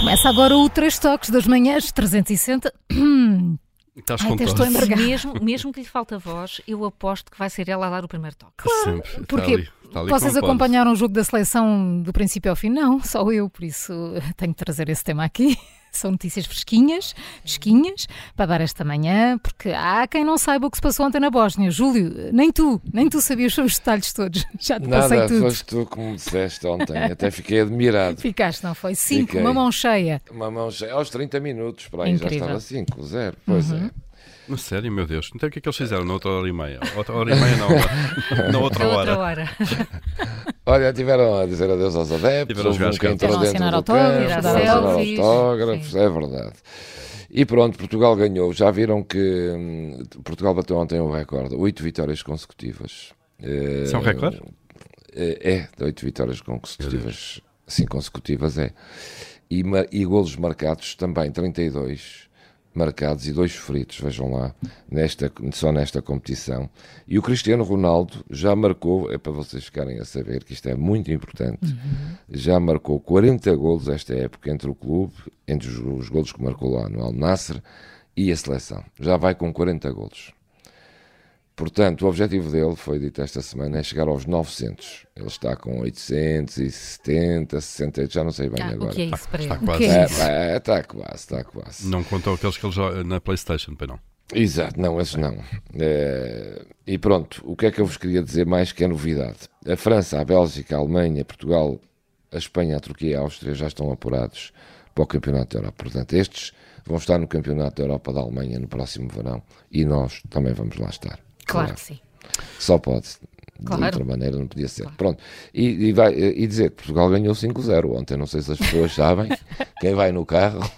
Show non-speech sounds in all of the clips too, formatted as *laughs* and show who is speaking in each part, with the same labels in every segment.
Speaker 1: Começa agora o 3 Toques das Manhãs 360.
Speaker 2: Estás
Speaker 1: Ai,
Speaker 2: com
Speaker 1: até estou
Speaker 2: tosse.
Speaker 1: embargada.
Speaker 3: Mesmo, mesmo que lhe falta voz, eu aposto que vai ser ela a dar o primeiro toque.
Speaker 2: Sempre. Está
Speaker 1: Porque
Speaker 2: ali- está ali
Speaker 1: vocês
Speaker 2: com pose.
Speaker 1: acompanharam o jogo da seleção do princípio ao fim? Não, só eu, por isso *laughs* tenho que trazer esse tema aqui. *laughs* São notícias fresquinhas, fresquinhas, para dar esta manhã, porque há quem não saiba o que se passou ontem na Bósnia. Júlio, nem tu, nem tu sabias sobre os detalhes todos. *laughs* Já te passei
Speaker 4: Nada,
Speaker 1: tudo.
Speaker 4: foste tu que me disseste
Speaker 1: *laughs*
Speaker 4: ontem. Até fiquei admirado.
Speaker 1: Ficaste, não foi? Cinco,
Speaker 4: Fiquei.
Speaker 1: uma mão cheia.
Speaker 4: Uma mão cheia. Aos 30 minutos, para aí
Speaker 1: Incrível. Uhum.
Speaker 4: já estava 5, 0. Pois é.
Speaker 2: Mas Sério, meu Deus. Então o que é que eles fizeram na outra hora e meia? Outra hora e meia não. na outra
Speaker 3: Da
Speaker 2: hora.
Speaker 3: outra hora.
Speaker 4: Olha, tiveram a dizer adeus aos adeptos,
Speaker 2: Tiveram os
Speaker 4: houve um
Speaker 2: gajos
Speaker 4: que
Speaker 2: cá.
Speaker 4: entrou
Speaker 1: Tiveram a
Speaker 4: dentro
Speaker 1: assinar
Speaker 4: do
Speaker 1: autógrafos,
Speaker 4: campo,
Speaker 3: dar
Speaker 4: tiveram
Speaker 3: selfies.
Speaker 4: autógrafos,
Speaker 3: Sim.
Speaker 4: é verdade. E pronto, Portugal ganhou. Já viram que hum, Portugal bateu ontem o recorde. Oito vitórias consecutivas. Eh,
Speaker 2: Isso é um recorde?
Speaker 4: Eh, É, oito vitórias consecutivas. Sim, consecutivas é. E, ma- e golos marcados também, 32 marcados e dois feridos, vejam lá, nesta, só nesta competição. E o Cristiano Ronaldo já marcou, é para vocês ficarem a saber que isto é muito importante,
Speaker 3: Uhum.
Speaker 4: já marcou 40 golos esta época entre o clube, entre os, os golos que marcou lá no Al Nasser e a seleção. Já vai com 40 golos. Portanto, o objetivo dele, foi dito esta semana, é chegar aos 900. Ele está com 870, 68, já não sei bem
Speaker 3: Ah,
Speaker 4: agora.
Speaker 3: o que é isso para
Speaker 2: Está
Speaker 3: ele?
Speaker 2: quase.
Speaker 1: que é
Speaker 4: É,
Speaker 1: isso?
Speaker 4: pá, está quase, está quase.
Speaker 2: Não contou aqueles que eles jogam na Playstation, para não.
Speaker 4: Exato, não, esses não. Eh, e pronto, o que é que eu vos queria dizer mais que é novidade? A França, a Bélgica, a Alemanha, Portugal, a Espanha, a Turquia e a Áustria já estão apurados para o Campeonato da Europa. Portanto, estes vão estar no Campeonato da Europa da Alemanha no próximo verão e nós também vamos lá estar. é?
Speaker 3: Claro que sim.
Speaker 4: Só pode.
Speaker 3: Claro.
Speaker 4: De outra maneira não podia ser. Pronto. E, e vai, e dizer que Portugal ganhou 5-0 ontem. Não sei se as pessoas
Speaker 3: *laughs*
Speaker 4: sabem. Quem vai no carro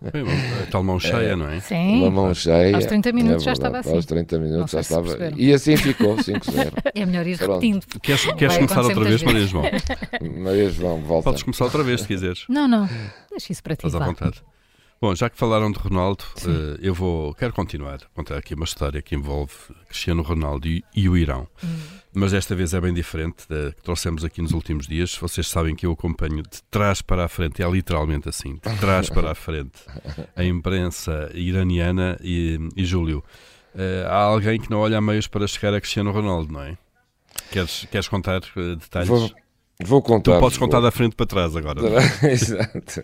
Speaker 2: Bem, bom, Tal mão cheia, não é?
Speaker 4: Uma
Speaker 1: Sim.
Speaker 4: mão cheia.
Speaker 1: Aos 30 minutos
Speaker 4: É
Speaker 1: já estava
Speaker 4: verdade,
Speaker 1: assim.
Speaker 4: Aos 30
Speaker 1: Não
Speaker 4: minutos
Speaker 1: sei
Speaker 4: já
Speaker 1: se
Speaker 4: estava.
Speaker 1: perceberam.
Speaker 4: E assim ficou, 5-0.
Speaker 3: É melhor ir
Speaker 4: Pronto.
Speaker 3: repetindo.
Speaker 2: Queres, queres
Speaker 3: Vai
Speaker 2: começar
Speaker 3: acontecer
Speaker 2: outra vez,
Speaker 3: muitas
Speaker 2: Maria João?
Speaker 4: *laughs* Maria João, volta.
Speaker 2: Podes começar outra vez se quiseres.
Speaker 1: Não, não, deixa isso para ti.
Speaker 2: Estás à
Speaker 1: vá.
Speaker 2: vontade. Bom, já que falaram de Ronaldo, eh, eu vou. Quero continuar a contar aqui uma história que envolve Cristiano Ronaldo e, e o Irão.
Speaker 4: Hum.
Speaker 2: Mas desta vez é bem diferente da que trouxemos aqui nos últimos dias. Vocês sabem que eu acompanho de trás para a frente, é literalmente assim, de
Speaker 4: *laughs*
Speaker 2: trás para a frente, a imprensa iraniana e, e Júlio. eh, há alguém que não olha a meios para chegar a Cristiano Ronaldo, não é? Queres, queres contar eh, detalhes?
Speaker 4: Vou, vou contar.
Speaker 2: Tu podes contar da frente para trás agora. não é?
Speaker 4: *laughs* Exato.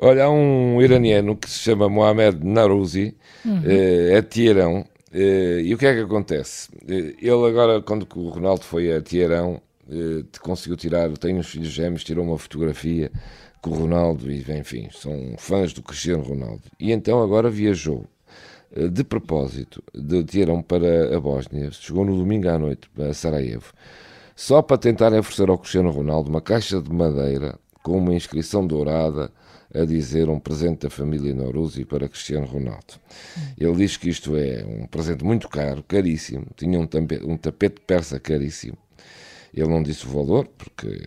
Speaker 4: Olha, há um iraniano que se chama Mohamed Narouzi,
Speaker 1: Uhum.
Speaker 4: eh, é de Teherão. eh, e o que é que acontece? Eh, ele agora, quando que o Ronaldo foi a Teherão, eh, te conseguiu tirar, tem uns filhos gêmeos, tirou uma fotografia com o Ronaldo e, enfim, são fãs do Cristiano Ronaldo. E então agora viajou eh, de propósito de Teherão para a Bósnia. Chegou no domingo à noite, a Sarajevo só para tentar oferecer ao Cristiano Ronaldo uma caixa de madeira com uma inscrição dourada a dizer um presente da família Noruzi para Cristiano Ronaldo. Ele diz que isto é um presente muito caro, caríssimo, tinha um, tampe- um tapete persa caríssimo. Ele não disse o valor, porque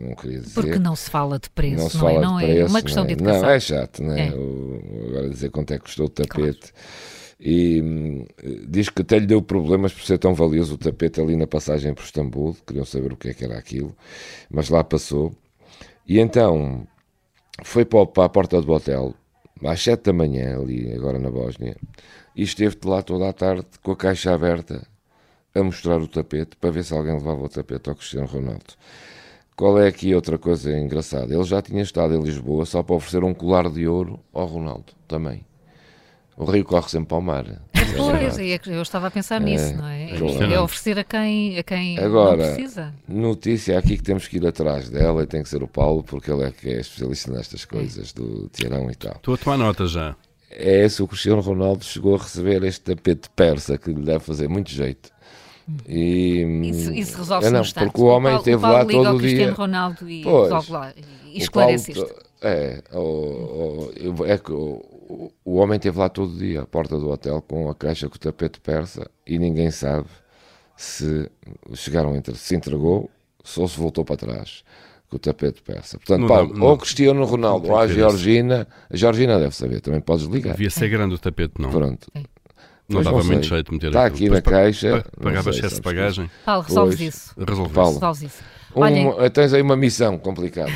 Speaker 4: não queria dizer.
Speaker 3: Porque não se fala de preço, não,
Speaker 4: se
Speaker 3: é?
Speaker 4: fala
Speaker 3: Não
Speaker 4: de
Speaker 3: é
Speaker 4: preço,
Speaker 3: uma questão
Speaker 4: não
Speaker 3: de
Speaker 4: é?
Speaker 3: educação.
Speaker 4: Não, é chato, né?
Speaker 3: É.
Speaker 4: O- agora dizer quanto é que custou o tapete. E hum, diz que até lhe deu problemas por ser tão valioso o tapete ali na passagem por Istambul, queriam saber o que é que era aquilo, mas lá passou. E então foi para, o- para a porta do hotel, às 7 da manhã, ali agora na Bósnia, e esteve lá toda a tarde com a caixa aberta a mostrar o tapete para ver se alguém levava o tapete ao Cristiano Ronaldo. Qual é aqui outra coisa engraçada? Ele já tinha estado em Lisboa só para oferecer um colar de ouro ao Ronaldo também. O rio corre sempre ao mar.
Speaker 3: Pois, é que eu estava a pensar nisso, não é?
Speaker 4: claro.
Speaker 3: É oferecer a quem, a quem
Speaker 4: Agora,
Speaker 3: não precisa.
Speaker 4: Notícia aqui que temos que ir atrás dela e tem que ser o Paulo, porque ele é que é especialista nestas coisas do Tiarão e tal.
Speaker 2: Estou a tomar nota já.
Speaker 4: É se o Cristiano Ronaldo chegou a receber este tapete persa que lhe deve fazer muito jeito. E,
Speaker 3: Hum. Isso, isso
Speaker 4: É,
Speaker 3: resolve-se
Speaker 4: não,
Speaker 3: no instante.
Speaker 4: Porque o homem
Speaker 3: Paulo-
Speaker 4: esteve
Speaker 3: Paulo
Speaker 4: lá
Speaker 3: liga
Speaker 4: todo
Speaker 3: ao
Speaker 4: o dia.
Speaker 3: Cristiano Ronaldo e
Speaker 4: Pois.
Speaker 3: resolve lá. E
Speaker 4: O
Speaker 3: esclarece
Speaker 4: Paulo
Speaker 3: isto.
Speaker 4: t- É, o, o- eu- é que o, o- o homem esteve lá todo dia, à porta do hotel, com a caixa com o tapete persa e ninguém sabe se chegaram entre se entregou ou se voltou para trás com o tapete persa. Portanto,
Speaker 2: Não
Speaker 4: Paulo,
Speaker 2: dá- não-
Speaker 4: ou Cristiano Ronaldo
Speaker 2: não
Speaker 4: ou a
Speaker 2: tem que ver isso.
Speaker 4: Georgina, a Georgina deve saber, também podes ligar.
Speaker 2: Devia ser grande o tapete, não.
Speaker 4: Pronto.
Speaker 2: Não
Speaker 4: Pois
Speaker 2: dava
Speaker 4: sei.
Speaker 2: muito jeito de meter
Speaker 4: Está
Speaker 2: aquilo.
Speaker 4: aqui na
Speaker 2: Depois pa-
Speaker 4: caixa.
Speaker 2: pa-
Speaker 4: não
Speaker 2: Pagava
Speaker 4: sei,
Speaker 2: excesso de
Speaker 4: sabes
Speaker 2: bagagem,
Speaker 3: Paulo, resolves
Speaker 4: Pois.
Speaker 3: isso.
Speaker 2: resolveu-se.
Speaker 4: Paulo.
Speaker 3: Resolves isso.
Speaker 4: Um,
Speaker 3: Olhem,
Speaker 4: Tens aí uma missão complicada.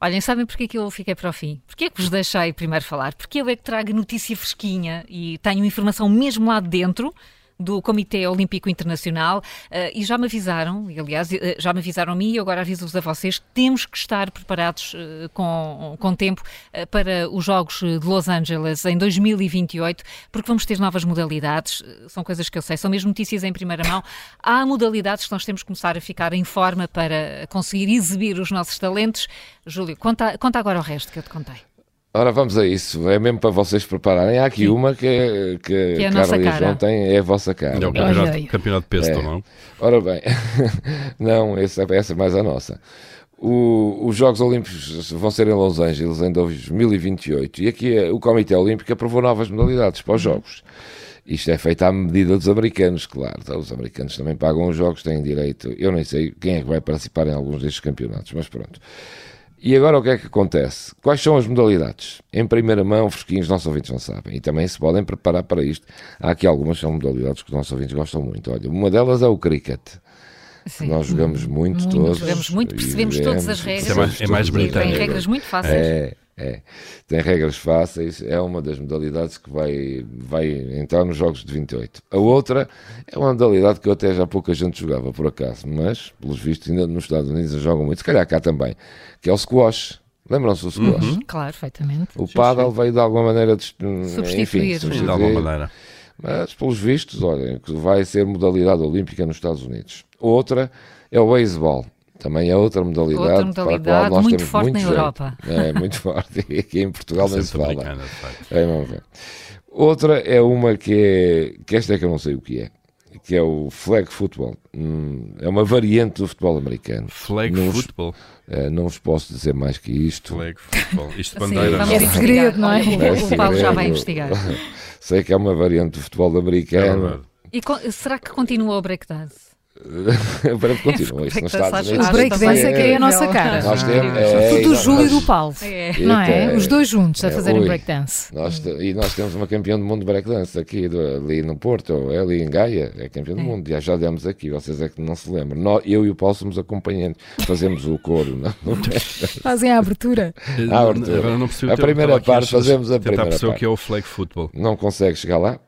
Speaker 3: Olhem, sabem porque é que eu fiquei para o fim? Porque é que vos deixei primeiro falar? Porque eu é que trago notícia fresquinha e tenho informação mesmo lá de dentro do Comitê Olímpico Internacional eh, e já me avisaram, e aliás, eh, já me avisaram a mim e eu agora aviso-vos a vocês, temos que estar preparados eh, com, com tempo eh, para os Jogos de Los Angeles em 2028, porque vamos ter novas modalidades, eh, são coisas que eu sei, são mesmo notícias em primeira mão. Há modalidades que nós temos que começar a ficar em forma para conseguir exibir os nossos talentos. Júlio, conta, conta agora o resto que eu te contei.
Speaker 4: Ora, vamos a isso. É mesmo para vocês prepararem. Há aqui uma que, é- que,
Speaker 3: Que é a
Speaker 4: Carla
Speaker 3: nossa
Speaker 4: e
Speaker 3: cara.
Speaker 4: João têm, é a É. vossa cara.
Speaker 2: Ainda é o
Speaker 5: Olha
Speaker 2: campeonato,
Speaker 5: aí.
Speaker 2: campeonato de peso, não?
Speaker 4: Ora bem, *laughs* não, essa, essa é mais a nossa. O- os Jogos Olímpicos vão ser em Los Angeles em 2028 e aqui eh, o Comitê Olímpico aprovou novas modalidades para os Jogos. Isto é feito à medida dos americanos, claro. Então, Os americanos também pagam os Jogos, têm direito. Eu nem sei quem é que vai participar em alguns destes campeonatos, mas pronto. E agora o que é que acontece? Quais são as modalidades? Em primeira mão, fresquinhos, nossos ouvintes não sabem. E também se podem preparar para isto. Há aqui algumas que são modalidades que os nossos ouvintes gostam muito. Olha, uma delas é o cricket.
Speaker 3: Sim.
Speaker 4: Nós jogamos muito,
Speaker 3: Muito,
Speaker 4: todos.
Speaker 3: jogamos muito,
Speaker 4: e
Speaker 3: percebemos
Speaker 4: vivemos,
Speaker 3: todas as regras.
Speaker 4: percebemos
Speaker 2: Isso é mais- é mais
Speaker 4: todas as
Speaker 3: E tem
Speaker 2: britânico.
Speaker 3: regras muito fáceis.
Speaker 4: É, é. Tem regras fáceis, é uma das modalidades que vai, vai entrar nos Jogos de 28. A outra é uma modalidade que eu até já pouca gente jogava, por acaso, mas, pelos vistos, ainda nos Estados Unidos a jogam muito, se calhar cá também, que é o squash. Lembram-se do
Speaker 2: Uhum.
Speaker 4: squash?
Speaker 3: Hum? Claro, perfeitamente.
Speaker 4: O paddle veio de alguma maneira de,
Speaker 3: Substituir.
Speaker 4: Enfim,
Speaker 3: Sim,
Speaker 2: Sim,
Speaker 4: substituir.
Speaker 2: de alguma maneira.
Speaker 4: Mas, pelos vistos, olhem, que vai ser modalidade olímpica nos Estados Unidos. Outra é o beisebol. Também é outra modalidade,
Speaker 3: Outra
Speaker 4: para a qual
Speaker 3: modalidade
Speaker 4: nós
Speaker 3: muito
Speaker 4: temos
Speaker 3: forte
Speaker 4: muito
Speaker 3: na
Speaker 4: jeito.
Speaker 3: Europa.
Speaker 4: É,
Speaker 3: *laughs*
Speaker 4: muito forte. E aqui em Portugal nem se
Speaker 2: Sempre
Speaker 4: fala.
Speaker 2: americana, de facto.
Speaker 4: É, não é? Outra é uma que é. que esta é que eu não sei o que é. Que é o flag football. Hum, é uma variante do futebol americano.
Speaker 2: Flag
Speaker 4: Não os-
Speaker 2: football.
Speaker 4: Eh, não vos posso dizer mais que isto.
Speaker 2: Flag football. Isto de
Speaker 3: Sim,
Speaker 2: bandeira.
Speaker 3: Assim, vamos
Speaker 2: não.
Speaker 1: É
Speaker 3: investigar.
Speaker 1: segredo, não é?
Speaker 3: O, o Paulo já vai
Speaker 4: É segredo.
Speaker 3: investigar.
Speaker 4: Sei que é uma variante do futebol
Speaker 2: É
Speaker 4: americano.
Speaker 2: verdade.
Speaker 3: E co- será que continua o breakdance?
Speaker 4: *laughs* Para
Speaker 3: *laughs*
Speaker 4: continua isto nos Estados Unidos.
Speaker 1: O breakdance é que é a nossa cara.
Speaker 4: Nós temos, é,
Speaker 1: Porque do
Speaker 4: nós-
Speaker 1: Júlio e do Paulo.
Speaker 3: É.
Speaker 1: Não é?
Speaker 4: Eita,
Speaker 1: Os dois juntos a
Speaker 4: é,
Speaker 1: fazerem
Speaker 4: ui.
Speaker 1: breakdance.
Speaker 4: Nós te- e nós temos uma campeã do mundo de breakdance aqui do- ali no Porto, ou é ali em Gaia, é campeã do mundo, já, já demos aqui, vocês é que não se lembram. Nó- eu e o Paulo somos acompanhantes, fazemos o coro. Não?
Speaker 1: Fazem a abertura.
Speaker 4: Ah, Arthur.
Speaker 2: Agora não percebo
Speaker 4: A
Speaker 2: o teu- estava
Speaker 4: primeira
Speaker 2: aqui
Speaker 4: parte, fazemos a
Speaker 2: tentar
Speaker 4: primeira
Speaker 2: perceber o
Speaker 4: parte.
Speaker 2: que é o flag football.
Speaker 4: não consegue chegar lá?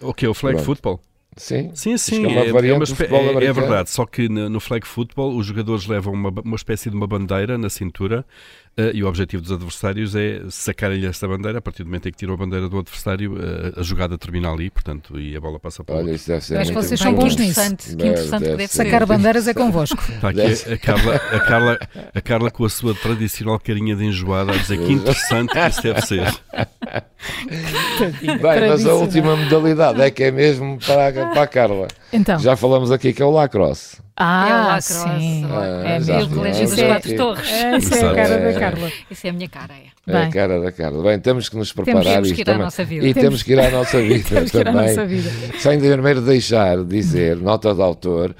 Speaker 2: O que é o flag
Speaker 4: Pronto.
Speaker 2: football?
Speaker 4: Sim.
Speaker 2: Sim,
Speaker 4: Isto
Speaker 2: sim,
Speaker 4: é uma
Speaker 2: é,
Speaker 4: variante
Speaker 2: é uma
Speaker 4: do
Speaker 2: espé-
Speaker 4: futebol
Speaker 2: é- é
Speaker 4: americano.
Speaker 2: verdade. Só que no, no flag football os jogadores levam uma, ba- uma espécie de uma bandeira na cintura eh, e o objetivo dos adversários é sacarem-lhe essa bandeira. A partir do momento em que tiram a bandeira do adversário, eh, a jogada termina ali, portanto, e a bola passa para o
Speaker 4: Olha,
Speaker 2: outro.
Speaker 4: isso deve ser
Speaker 1: Mas
Speaker 4: muito
Speaker 1: vocês
Speaker 3: Bem,
Speaker 1: são
Speaker 3: que
Speaker 1: bons nisso.
Speaker 3: interessante, que
Speaker 4: Deve-
Speaker 3: interessante que
Speaker 4: deve
Speaker 3: deve
Speaker 4: ser.
Speaker 3: ser.
Speaker 1: Sacar bandeiras é convosco.
Speaker 2: Está aqui a, a Carla, a, Carla, a Carla com a sua tradicional carinha de enjoada a dizer que interessante que isso deve
Speaker 4: *laughs*
Speaker 2: ser.
Speaker 4: Bem, mas a
Speaker 1: é?
Speaker 4: última modalidade é que é mesmo para, a- para a Carla.
Speaker 5: Então,
Speaker 4: Já falamos aqui que é o lacrosse.
Speaker 3: É o
Speaker 5: ah,
Speaker 3: lacrosse.
Speaker 5: sim.
Speaker 3: É,
Speaker 4: Ah,
Speaker 3: mesmo.
Speaker 4: já
Speaker 3: Eu que
Speaker 4: vi.
Speaker 3: leio
Speaker 5: Isso
Speaker 3: das
Speaker 5: é-
Speaker 3: quatro torres.
Speaker 5: Essa é a cara da Carla.
Speaker 3: Isso é a minha cara, é.
Speaker 4: É a
Speaker 5: Bem.
Speaker 4: cara da Carla. Bem, temos que nos preparar
Speaker 3: Temos que
Speaker 4: isto
Speaker 3: ir à
Speaker 4: também.
Speaker 3: nossa vida.
Speaker 4: E temos, que ir à nossa vida
Speaker 5: Temos que ir à
Speaker 4: também.
Speaker 5: nossa vida.
Speaker 4: Sem primeiro deixar de dizer, nota de autor,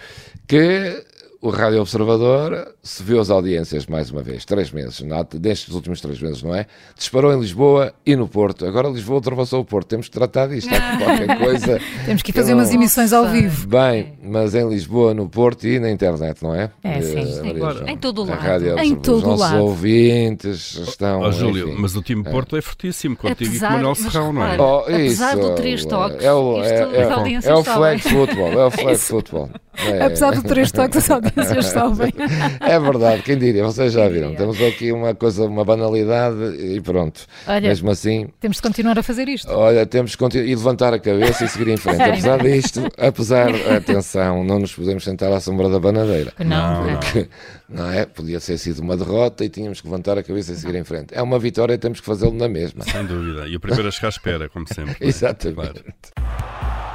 Speaker 4: que o Rádio Observador se viu as audiências mais uma vez, três meses, na- destes últimos três meses, não é? Disparou em Lisboa e no Porto. Agora Lisboa ultrapassou o Porto. Temos que tratar disto. Há aqui qualquer coisa.
Speaker 1: Temos que ir
Speaker 4: que
Speaker 1: fazer
Speaker 4: não-
Speaker 1: umas emissões ao
Speaker 3: Nossa.
Speaker 1: vivo.
Speaker 4: Bem, mas em Lisboa, no Porto e na internet, não é?
Speaker 5: É, sim.
Speaker 4: Eh, Maria
Speaker 2: Claro.
Speaker 4: João.
Speaker 3: Em todo o
Speaker 4: A
Speaker 3: lado.
Speaker 4: Rádio é
Speaker 1: Em
Speaker 4: Observador.
Speaker 1: todo
Speaker 4: Os
Speaker 1: o
Speaker 4: nossos
Speaker 1: lado.
Speaker 4: ouvintes estão.
Speaker 2: Ó, Júlio,
Speaker 4: enfim.
Speaker 2: mas o time Porto é fortíssimo contigo e com o Manuel
Speaker 3: mas
Speaker 2: Serrão, não é?
Speaker 3: repara,
Speaker 4: Oh,
Speaker 3: apesar
Speaker 4: isso,
Speaker 3: do três
Speaker 4: é-
Speaker 3: toques,
Speaker 4: é o,
Speaker 3: isto
Speaker 4: é, é,
Speaker 3: as audiências
Speaker 4: é o
Speaker 3: sabem.
Speaker 4: flag football,
Speaker 3: *laughs*
Speaker 4: é o flag football. É,
Speaker 1: Apesar do três toques, as audiências
Speaker 5: *laughs*
Speaker 1: salvem.
Speaker 4: é verdade, quem diria, vocês já viram.
Speaker 3: diria?
Speaker 4: Temos aqui uma coisa, uma banalidade e pronto.
Speaker 5: Olha,
Speaker 4: Mesmo assim,
Speaker 1: Temos de continuar a fazer isto.
Speaker 4: olha, temos que continuar e levantar a cabeça e seguir em frente. Apesar disto, apesar, atenção, não nos podemos sentar à sombra da banadeira.
Speaker 3: Não, não.
Speaker 4: Porque, *laughs* não é? Podia ter sido uma derrota e tínhamos que levantar a cabeça e seguir em frente. É uma vitória e temos que fazê-lo na mesma. *laughs*
Speaker 2: Sem dúvida. E o primeiro a chegar à espera, como sempre. não é?
Speaker 4: Exatamente.
Speaker 2: Claro.